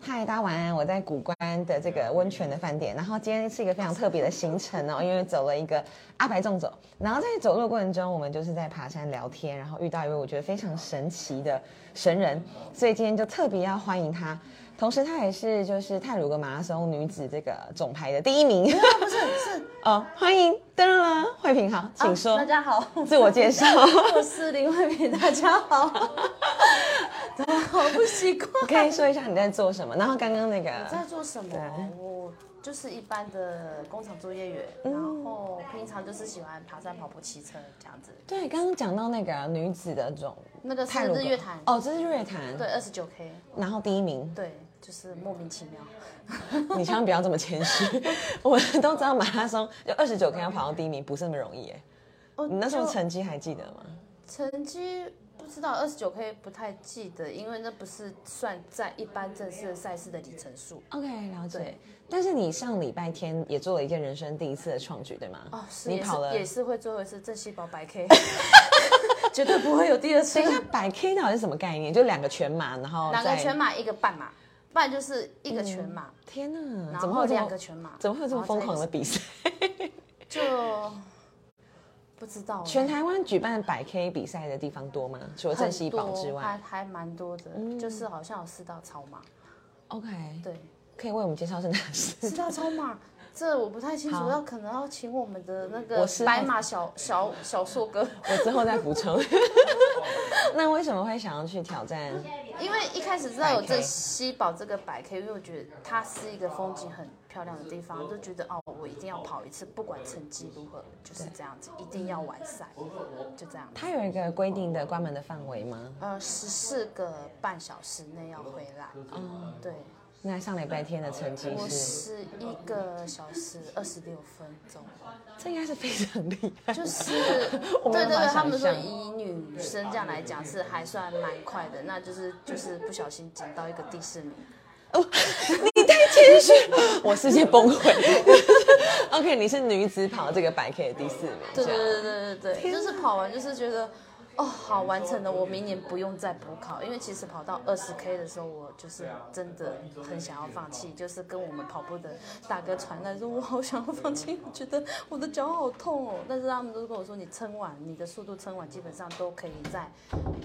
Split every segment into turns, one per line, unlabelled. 嗨，大家晚安！我在古关的这个温泉的饭店，然后今天是一个非常特别的行程哦，因为走了一个阿白纵走，然后在走路的过程中，我们就是在爬山聊天，然后遇到一位我觉得非常神奇的神人，所以今天就特别要欢迎他。同时，她也是就是泰鲁格马拉松女子这个总排的第一名，
不是是
哦，欢迎噔噔噔，慧萍好，请说，
啊大家好，
自我介绍
我是林慧敏，大家好。怎么好不 习惯？
可以说一下你在做什么？然后刚刚那个
在做什么？我就是一般的工厂作业员，
嗯
然后平常就是喜欢爬山、跑步、骑车这样子。
对，刚刚讲到那个女子的总
那个
泰
是
鲁格
日月潭，
哦，这是日月潭，
对，二十九 K，
然后第一名，
对，就是莫名其妙。
你千万不要这么谦虚。 我们都知道马拉松就二十九 K 要跑到第一名不是那么容易哎。
哦
你那时候
就
成绩还记得吗？
成绩不知道，二十九 K 不太记得，因为那不是算在一般正式的赛事的里程数。
OK，了解
对。
但是你上礼拜天也做了一件人生第一次的创举，对吗？
哦，是
你
也是
跑了。
也是会最后一次正细胞白 K，绝对不会有第二次
等一。下，哎百 K 到底是什么概念？就两个全马，然后
两个
再
全。马，一个半马，不然就是一个全马，
天哪，嗯
然
怎么会有
后
这么
两个全马，
怎么会有这么
然后
疯
再
狂的比赛？
就不知道欸
全台湾举办百 K 比赛的地方多吗？除了
很
正西堡之
多还
外嗯
还蛮多的，就是好像有四道超马，
，OK，
对，
可以为我们介绍是哪些？
四道超马。这我不太清
好
楚，要可能要请我们的那
我
个
是
白马小小小 硕哥，
我之后再补充。 那为什么会想要去挑战？
因为一开始知道有
百 K
这西堡这个百 K，因为我觉得它是一个风景很漂亮的地方，就觉得哦，我一定要跑一次，不管成绩如何，就是这样子，一定要完赛，就这样子。
它有一个规定的关门的范围吗？
呃，十四个半小时内要回来。哦，对，
那上礼拜天的成绩
我
是，
十一个小时二十六分钟，
这应该是非常厉害。
就是
我没
对
有办
对对，
法
他们说
想象
以女生这样来讲是还算蛮快的，那就是就是不小心捡到一个第四名。
哦，你太谦虚，我世界崩溃。OK，你是女子跑这个百 K 的第四名，
对
这
对
样
对对对对，就是跑完就是觉得。哦，好完成了，我明年不用再补考，因为其实跑到二十 K 的时候，我就是真的很想要放弃，就是跟我们跑步的大哥传来说，我好想要放弃，我觉得我的脚好痛哦。但是他们都跟我说，你撑完，你的速度撑完，基本上都可以在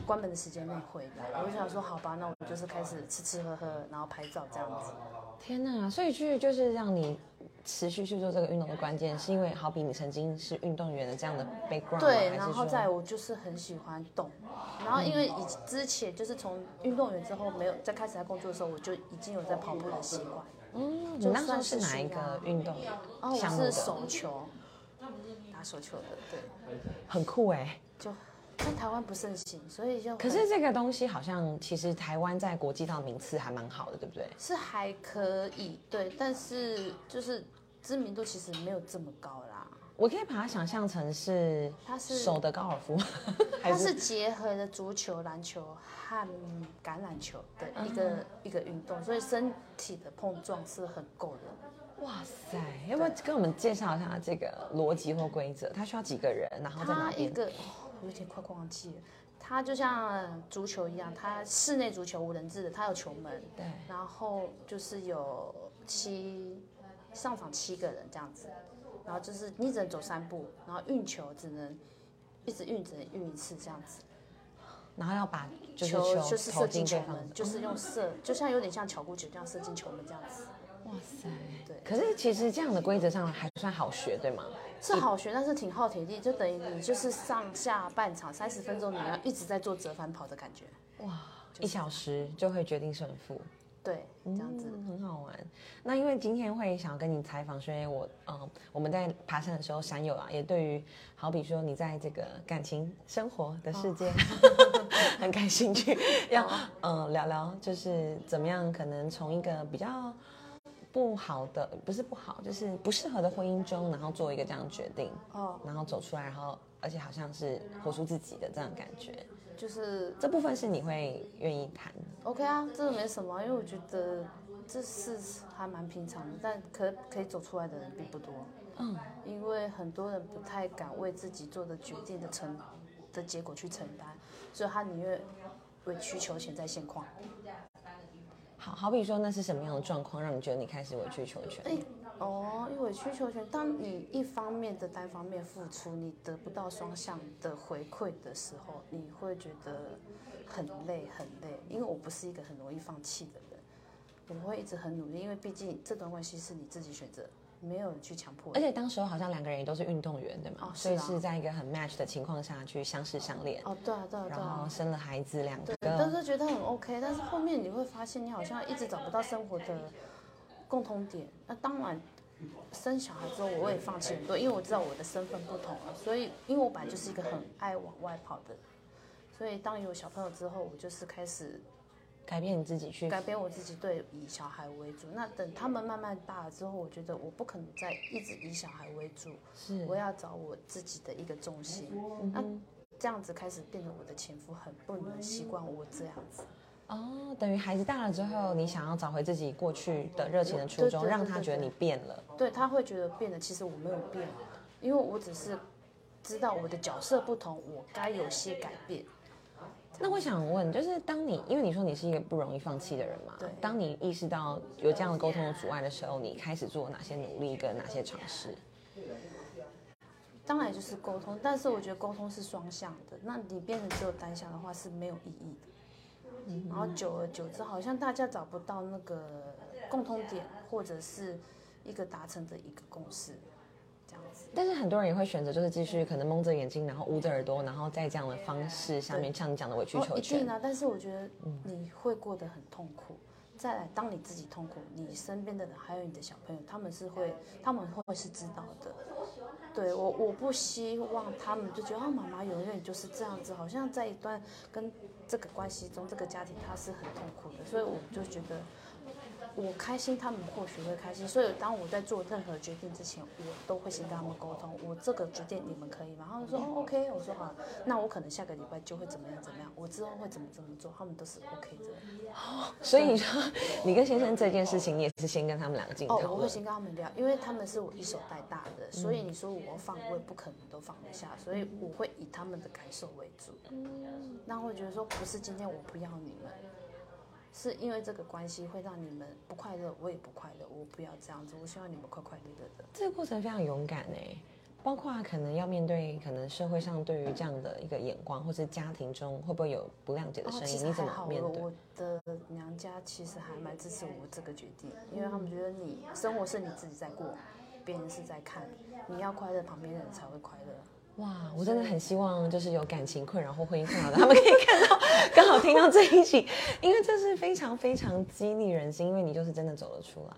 关门的时间内回来。我就想说，好吧，那我就是开始吃吃喝喝，然后拍照这样子。
天哪！所以去就是让你持续去做这个运动的关键，是因为好比你曾经是运动员的这样的 background，
对，
吗
然后再来我就是很喜欢动，然后因为以之前就是从运动员之后没有在开始在工作的时候，我就已经有在跑步的习惯。
嗯，你那时候是哪一个运动
哦，
项目
我
的？
是手球，打手球的，对，
很酷哎、
就在台湾不盛行，所以就
可是这个东西好像其实台湾在国际上名次还蛮好的，对不对？
是还可以，对，但是就是知名度其实没有这么高啦。
我可以把它想象成是
它是
手的高尔夫吗，还
它
是
是结合了足球、篮球和橄榄球的一个、一个运动，所以身体的碰撞是很够的。
哇塞？要不要跟我们介绍一下这个逻辑或规则？它需要几个人，然后在哪
它一
边？
个、哦我有点快忘记了，它就像足球一样，它室内足球无人制的，它有球门，
对，
然后就是有七上场七个人这样子，然后就是你只能走三步，然后运球只能一直运，只能运一次这样子。
然后要把就是
球
球
就是
投
射
进
进
对
球
方
门，就是用射，就像有点像巧固球这样射进球门这样子。
哇塞，
对
可是其实这样的规则上还算好学，对吗？
是好学，但是挺耗体力，就等于你就是上下半场三十分钟，你要一直在做折返跑的感觉。
一小时就会决定胜负。
对，这样子。
嗯，很好玩。那因为今天会想要跟你采访，所以我嗯，我们在爬山的时候，山友啊，也对于好比说你在这个感情生活的世界、 很感兴趣，要嗯聊聊就是怎么样，可能从一个比较不好的，不是不好，就是不适合的婚姻中，然后做一个这样的决定，
哦，
然后走出来，然后而且好像是活出自己的这样的感觉，
就是
这部分是你会愿意谈的。
OK 啊，这个没什么，因为我觉得这事还蛮平常的，但可可以走出来的人并不多。
嗯，
因为很多人不太敢为自己做的决定的承的结果去承担，所以他宁愿委曲求全在现况。
好好比说，那是什么样的状况让你觉得你开始委曲求全？
哎，哦，因为委曲求全，当你一方面的单方面付出，你得不到双向的回馈的时候，你会觉得很累很累。因为我不是一个很容易放弃的人，我会一直很努力，因为毕竟这段关系是你自己选择，没有人去强迫
而
你。
且当时候好像两个人也都是运动员，对吗？
哦
所以
是啊
是在一个很 match 的情况下去相识相恋，
哦，对啊，对啊，对
然后
啊。
生了孩子两
对
个，。
但是觉得很 OK，但是后面你会发现你好像一直找不到生活的共同点。那当然，生小孩之后我也放弃很多，因为我知道我的身份不同了，所以因为我本来就是一个很爱往外跑的人，所以当有小朋友之后，我就是开始
改变你自己去
改变我自己对以小孩为主。那等他们慢慢大了之后，我觉得我不可能再一直以小孩为主，
是
我要找我自己的一个重心。那这样子开始变得我的前夫很不能习惯我这样子。
哦，等于孩子大了之后，你想要找回自己过去的热情的初
对
衷，
对
让
对
他
对
觉得
对
你变了。
对他会觉得变得其实我没有变，因为我只是知道我的角色不同，我该有些改变。
那我想问，就是当你因为你说你是一个不容易放弃的人嘛
对，
当你意识到有这样的沟通的阻碍的时候，你开始做哪些努力跟哪些尝试？
当然就是沟通，但是我觉得沟通是双向的，那你变成只有单向的话是没有意义的。然后久而久之，好像大家找不到那个共通点，或者是一个达成的一个共识，这样子。
但是很多人也会选择就是继续可能蒙着眼睛，然后捂着耳朵，然后在这样的方式下面，像你讲的委曲
哦，
求
一
全
定。啊！但是我觉得你会过得很痛苦。再来，当你自己痛苦，你身边的人还有你的小朋友，他们是会，他们会是知道的。对我，我不希望他们就觉得啊，妈妈永远就是这样子，好像在一段跟这个关系中，这个家庭他是很痛苦的。所以我就觉得，我开心，他们或许会开心。所以当我在做任何决定之前，我都会先跟他们沟通，我这个决定你们可以吗？他们说哦 OK，我说好，那我可能下个礼拜就会怎么样怎么样，我之后会怎么怎么做，他们都是 OK 的。啊
所以你说你跟先生这件事情，你也是先跟他们两个进
哦
讨，
我会
论。
先跟他们聊，因为他们是我一手带大的，所以你说我要放，我也不可能都放得下，所以我会以他们的感受为主。那会觉得说，不是今天我不要你们，是因为这个关系会让你们不快乐，我也不快乐，我不要这样子，我希望你们快快乐乐的。
这个过程非常勇敢哎、包括可能要面对可能社会上对于这样的一个眼光，或是家庭中会不会有不谅解的
哦，
声
其
音，
实
你怎
还
么
好，
面
我
对？
我的娘家其实还蛮支持我这个决定，因为他们觉得你生活是你自己在过，别人是在看，你要快乐，旁边的人才会快乐。
哇，我真的很希望就是有感情困扰或婚姻困扰的，他们可以看到，刚好听到这一集，因为这是非常非常激励人心，因为你就是真的走了出来。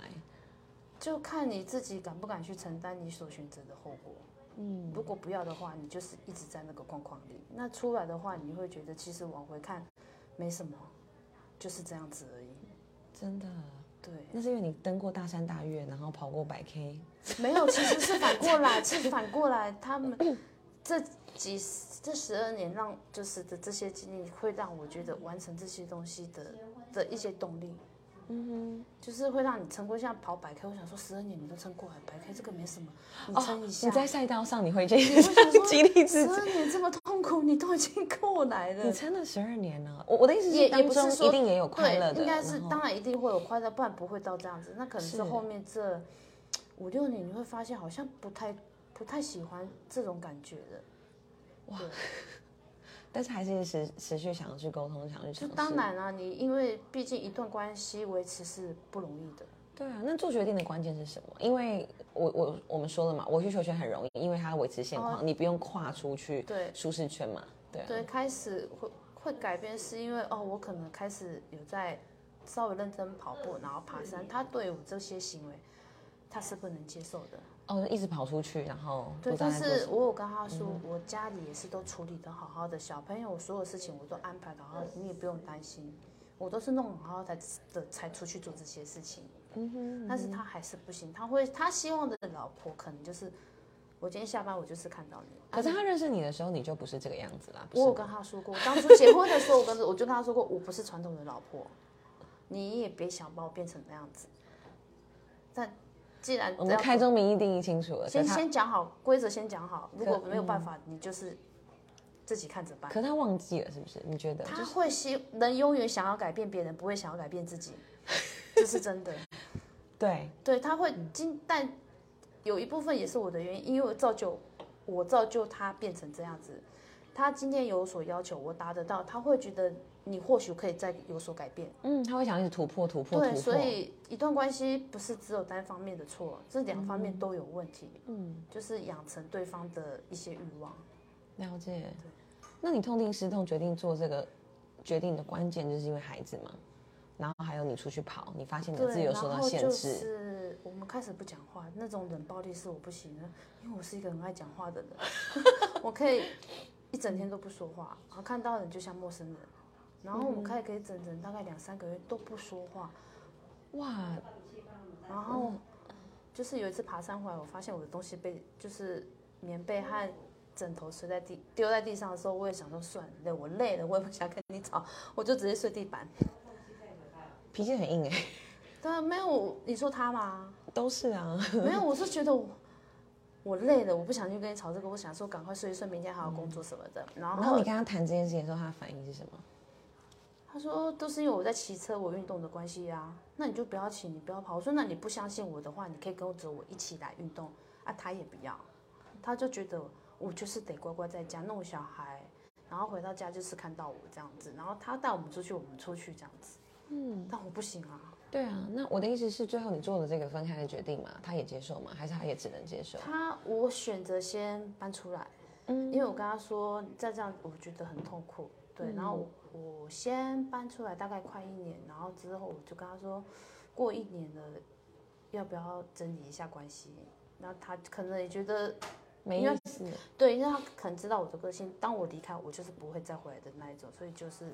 就看你自己敢不敢去承担你所选择的后果。嗯，如果不要的话，你就是一直在那个框框里。那出来的话，你会觉得其实往回看，没什么，就是这样子而已。
真的，
对，
那是因为你登过大山大岳，然后跑过百 K，
没有，其实是反过来，是反过来，他 们这几这十二年让就是的这些经历，会让我觉得完成这些东西的的一些动力。嗯哼，就是会让你撑过，像跑百 K，我想说十二年你都撑过来，百 K 这个没什么，你撑一下。
哦你在赛道上你会这
我啊想说
样 激励自己。
十二年这么痛苦，你都已经过来了
你。撑了十二年呢、我我的意思
也
是，
也
当
不是
中
说
一定也有快乐的，
对应该是
然后
当然一定会有快乐，不然不会到这样子。那可能
是
是后面这五六年，你会发现好像不太不太喜欢这种感觉了。
但是还是持持续想要去沟通，想要去尝
就
试。
当，然啊，你因为毕竟一段关系维持是不容易的。
对啊。那做决定的关键是什么？因为我我我们说了嘛，我去求学很容易，因为它维持现况，你不用跨出去
哦对
舒适圈嘛。对啊，
对，开始会会改变，是因为哦，我可能开始有在稍微认真跑步，然后爬山。他对我这些行为，他是不能接受的。
哦，一直跑出去，然后不
对，
知道
但
在做
是
什么。嗯
我有跟他说，我家里也是都处理的好好的，小朋友所有事情我都安排的好好，你也不用担心，我都是弄好好才的才出去做这些事情。
嗯哼，
但是他还是不行，他会他希望的老婆可能就是，我今天下班我就是看到你。
可是他认识你的时候，你就不是这个样子啦。不
我有
是
跟他说过，我当初结婚的时候，我跟我就跟他说过，我不是传统的老婆，你也别想把我变成那样子。但既然
我
这
们
样
开宗明义定义清楚了，可
先
他
先讲好规则，先讲好。如果
可
没有办法，你就是自己看着办。
可他忘记了是不是？你觉得？
他会希人永远想要改变别人，不会想要改变自己。这是真的。
对，
对，他会经，但有一部分也是我的原因，因为我造就我造就他变成这样子。他今天有所要求，我达得到，他会觉得你或许可以再有所改变。
嗯，他会想一直突破、突破、突
对，
破。
所以一段关系不是只有单方面的错，这两方面都有问题。嗯，就是养成对方的一些欲望。
了解。那你痛定思痛决定做这个决定的关键，就是因为孩子嘛，然后还有你出去跑，你发现你的自
对，
由
然
受到
后
限
就
制，
是我们开始不讲话，那种冷暴力是我不行的，因为我是一个很爱讲话的人， 我可以一整天都不说话，然后看到人就像陌生人，然后我们开始可以整整大概两三个月都不说话，
哇，
然后就是有一次爬山回来，我发现我的东西被就是棉被和枕头睡在地丢在地上的时候，我也想说算了，我累了，我也不想跟你吵，我就直接睡地板。
脾气很硬哎、
但没有你说他吗？
都是啊，
没有，我是觉得我我累了，我不想去跟你吵这个，我想说赶快睡一睡，明天还要工作什么的。然
然后
后
你跟他谈这件事情的时候，他的反应是什么？
他说、哦都是因为我在骑车，我运动的关系啊，那你就不要骑，你不要跑。我说那你不相信我的话，你可以跟着我一起来运动啊。他也不要，他就觉得我就是得乖乖在家弄小孩，然后回到家就是看到我这样子，然后他带我们出去，我们出去这样子。嗯，但我不行啊。
对啊，那我的意思是，最后你做了这个分开的决定嘛，他也接受吗？还是他也只能接受？
他，我选择先搬出来，嗯，因为我跟他说再这样我觉得很痛苦，对，然后我我先搬出来大概快一年，然后之后我就跟他说，过一年了，要不要整理一下关系？然后他可能也觉得，
没意思，
对，因为他可能知道我的个性，当我离开，我就是不会再回来的那一种，所以就是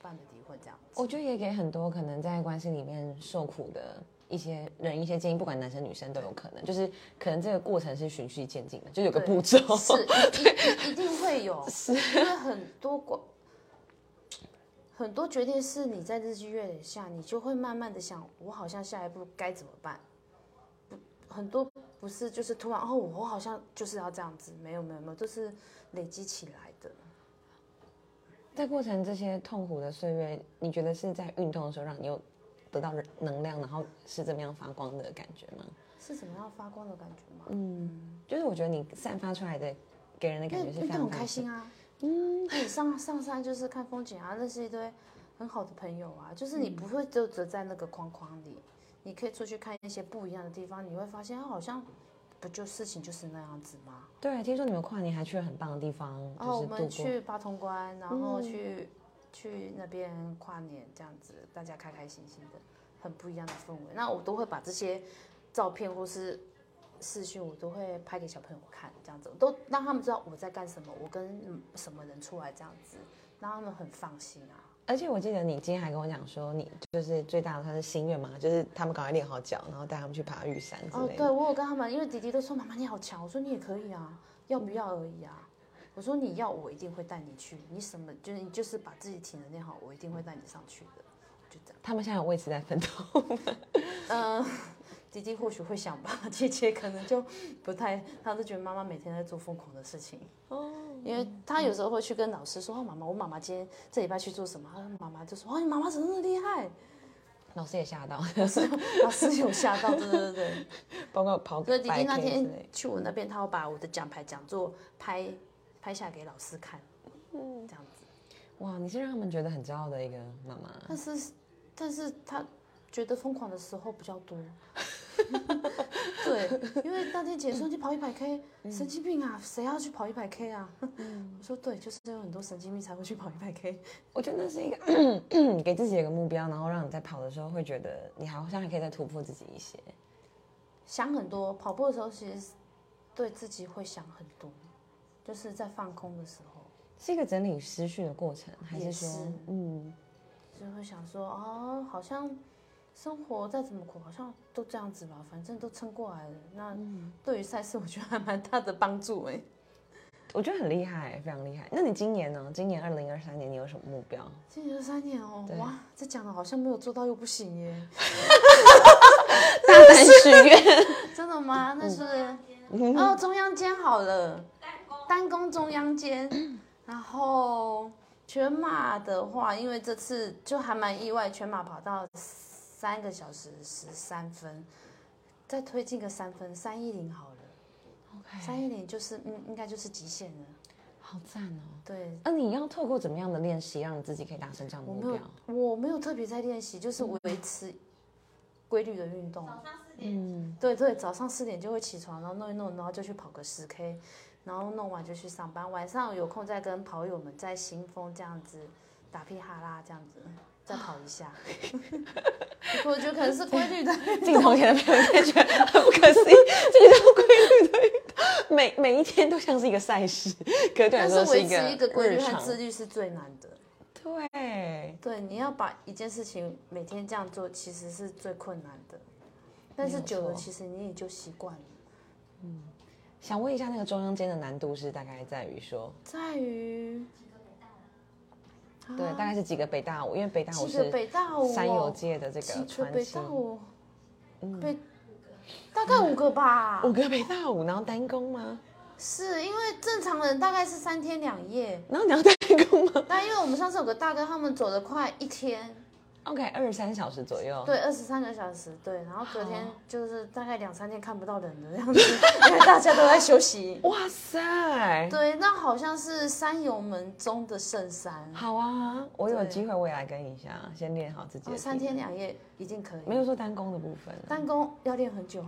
办了离婚这样子。
我觉得也给很多可能在关系里面受苦的一些人一些建议，不管男生女生都有可能，就是可能这个过程是循序渐进的，就有个
对
步骤。
是，一一一定会有，因为很多广很多决定是你在日积月累下，你就会慢慢的想，我好像下一步该怎么办。不，很多不是就是突然哦，我好像就是要这样子，没有没有没有，都是累积起来的。
在过程这些痛苦的岁月，你觉得是在运动的时候让你有得到能量，然后是怎么样发光的感觉吗？
是怎么样发光的感觉吗？
就是我觉得你散发出来的给人的
因
感
为
觉是
运
非
动
常
很开心啊。嗯，你上上山就是看风景啊，认识一堆很好的朋友啊，就是你
嗯
不会就只在那个框框里，你可以出去看一些不一样的地方，你会发现啊好像不就事情就是那样子吗？
对，听说你们跨年还去了很棒的地方，
然哦后我
就是度
们
过。嗯
去八通关，然后去、去那边跨年这样子，大家开开心心的，很不一样的氛围。那我都会把这些照片或是视讯，我都会拍给小朋友看，这样子都让他们知道我在干什么，我跟嗯什么人出来这样子，让他们很放心啊。
而且我记得你今天还跟我讲说，你就是最大的他是心愿嘛，就是他们赶快练好脚，然后带他们去爬玉山之
哦，
类的。
对我有跟他们，因为弟弟都说妈妈你好强，我说你也可以啊，要不要而已啊。我说你要我一定会带你去，你什么就是你就是把自己体能练好，我一定会带你上去的，就这样。
他们现在有为此在奋斗。
嗯，弟弟或许会想吧， 姐姐可能就不太，他都觉得妈妈每天在做疯狂的事情。
哦，
因为他有时候会去跟老师说：“哦，妈妈，我妈妈今天这礼拜去做什么？”他说妈妈就说：“哦，你妈妈怎么那么厉害
老师也吓到，？”
老师有吓到，对对对。
包括 跑
所以弟弟
白
那
K 之
天
类的
去我那边，他要把我的奖牌讲座拍拍下给老师看，嗯，这样子。
哇，你是让他们觉得很骄傲的一个妈妈。
但是，但是他觉得疯狂的时候比较多。对，因为那天姐说你跑一百 K，神经病啊，谁要去跑一百 K 啊？我说对，就是有很多神经病才会去跑一百 K。
我觉得那是一个 给自己一个目标，然后让你在跑的时候会觉得你好像还可以再突破自己一些。
想很多，跑步的时候其实对自己会想很多，就是在放空的时候。
是一个整理思绪的过程，还是
也
说
是，
嗯，
就会想说，哦，好像生活再怎么苦，好像都这样子吧，反正都撑过来了。那对于赛事，我觉得还蛮大的帮助哎、
我觉得很厉害，非常厉害。那你今年呢？今年二零二三年你有什么目标？
今年三年哦，
对
哇，这讲的好像没有做到又不行耶，
大胆许愿。 嗯
真的吗？那是、哦，中央间好了，单攻中央间，然后全马的话，因为这次就还蛮意外，全马跑到三个小时十三分，再推进个三分，三一零好了。三
，OK，
一零就是嗯，应该就是极限了。
好赞哦。
对，
那、你要透过怎么样的练习，让你自己可以达成这样的
我
目
没
标
有？，我没有特别在练习，就是
嗯
维持规律的运动。
早上四点，
嗯，
对对，早上四点就会起床，然后弄一弄，然后就去跑个十 K，然后弄完就去上班，晚上有空再跟跑友们在新丰这样子打屁哈啦这样子再跑一下。 我觉得可能是规 律的，
镜头前的朋友应该觉得很不可思议，这个叫规律的运动，每每一天都像是一个赛事，可是对我来
但是
说是
维
一
持
个
一个规律
日
和
常。
自律是最难的。
对，
对，你要把一件事情每天这样做，其实是最困难的。但
没
是
有
久了，
错
其实你也就习惯了。
想问一下那个中央间的难度是大概在于说，
在于，
对，
啊
大概是几个北大舞，因为北大舞
几个
是
北大舞、哦，
山游界的这
几
个
个
传嗯
北
奇
大，舞，北大概五个吧。
五个北大舞，然后单攻吗？
是因为正常人大概是三天两夜，
然后你要单攻 吗
但因为我们上次有个大哥，他们走得快一天，
？OK，二十三小时左右。
对，二十三个小时，对，然后隔天
好
就是大概两三天看不到人的样子， 因为大家都在休息。
哇塞，
对，那好像是山友们中的圣山，
好啊，我有
对
机会我也来跟你一下，先练好自己
哦
的。
三天两夜一定可以。
没有说单攻的部分啊。
单工要练很久。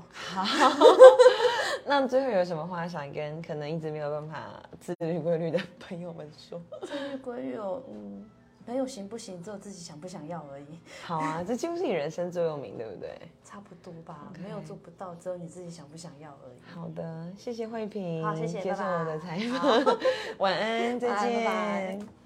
那最后有什么话想跟可能一直没有办法自律规律的朋友们说？
自律规律哦，嗯，没有行不行，只有自己想不想要而已，
好啊，这几乎是你人生座右铭，对不对？
差不多吧
OK
没有做不到，只有你自己想不想要而已。
好的，谢谢慧萍，
好谢谢
接受我的
拜拜
采访，晚安，再
拜拜
见。
拜拜